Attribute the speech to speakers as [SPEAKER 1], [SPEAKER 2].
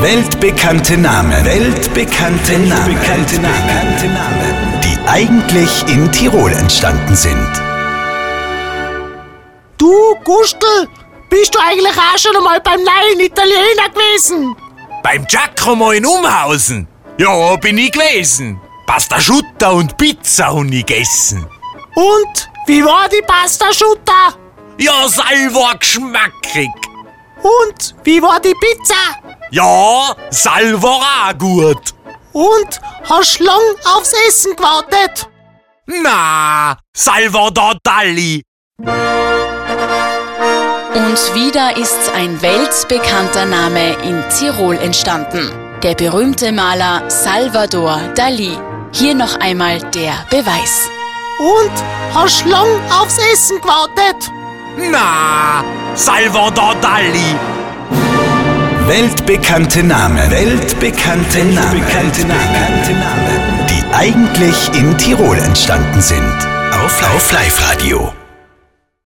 [SPEAKER 1] Weltbekannte Namen. Weltbekannte, Namen. Weltbekannte Namen. Die eigentlich in Tirol entstanden sind.
[SPEAKER 2] Du, Gustl, bist du eigentlich auch schon einmal beim neuen Italiener gewesen?
[SPEAKER 3] Beim Giacomo in Umhausen? Ja, bin ich gewesen. Pasta Schutta und Pizza hab ich gegessen.
[SPEAKER 2] Und wie war die Pasta Schutta?
[SPEAKER 3] Ja, sei war geschmackig.
[SPEAKER 2] Und wie war die Pizza?
[SPEAKER 3] Ja, Salvora gut.
[SPEAKER 2] Und hast lang aufs Essen gewartet?
[SPEAKER 3] Na, Salvador Dali.
[SPEAKER 4] Und wieder ist ein weltbekannter Name in Tirol entstanden. Der berühmte Maler Salvador Dali. Hier noch einmal der Beweis.
[SPEAKER 2] Und hast lang aufs Essen gewartet?
[SPEAKER 3] Na, Salvador Dali.
[SPEAKER 1] Weltbekannte Namen. Weltbekannte, Namen. Weltbekannte Namen. Die eigentlich in Tirol entstanden sind. Auf Lauf Live Radio.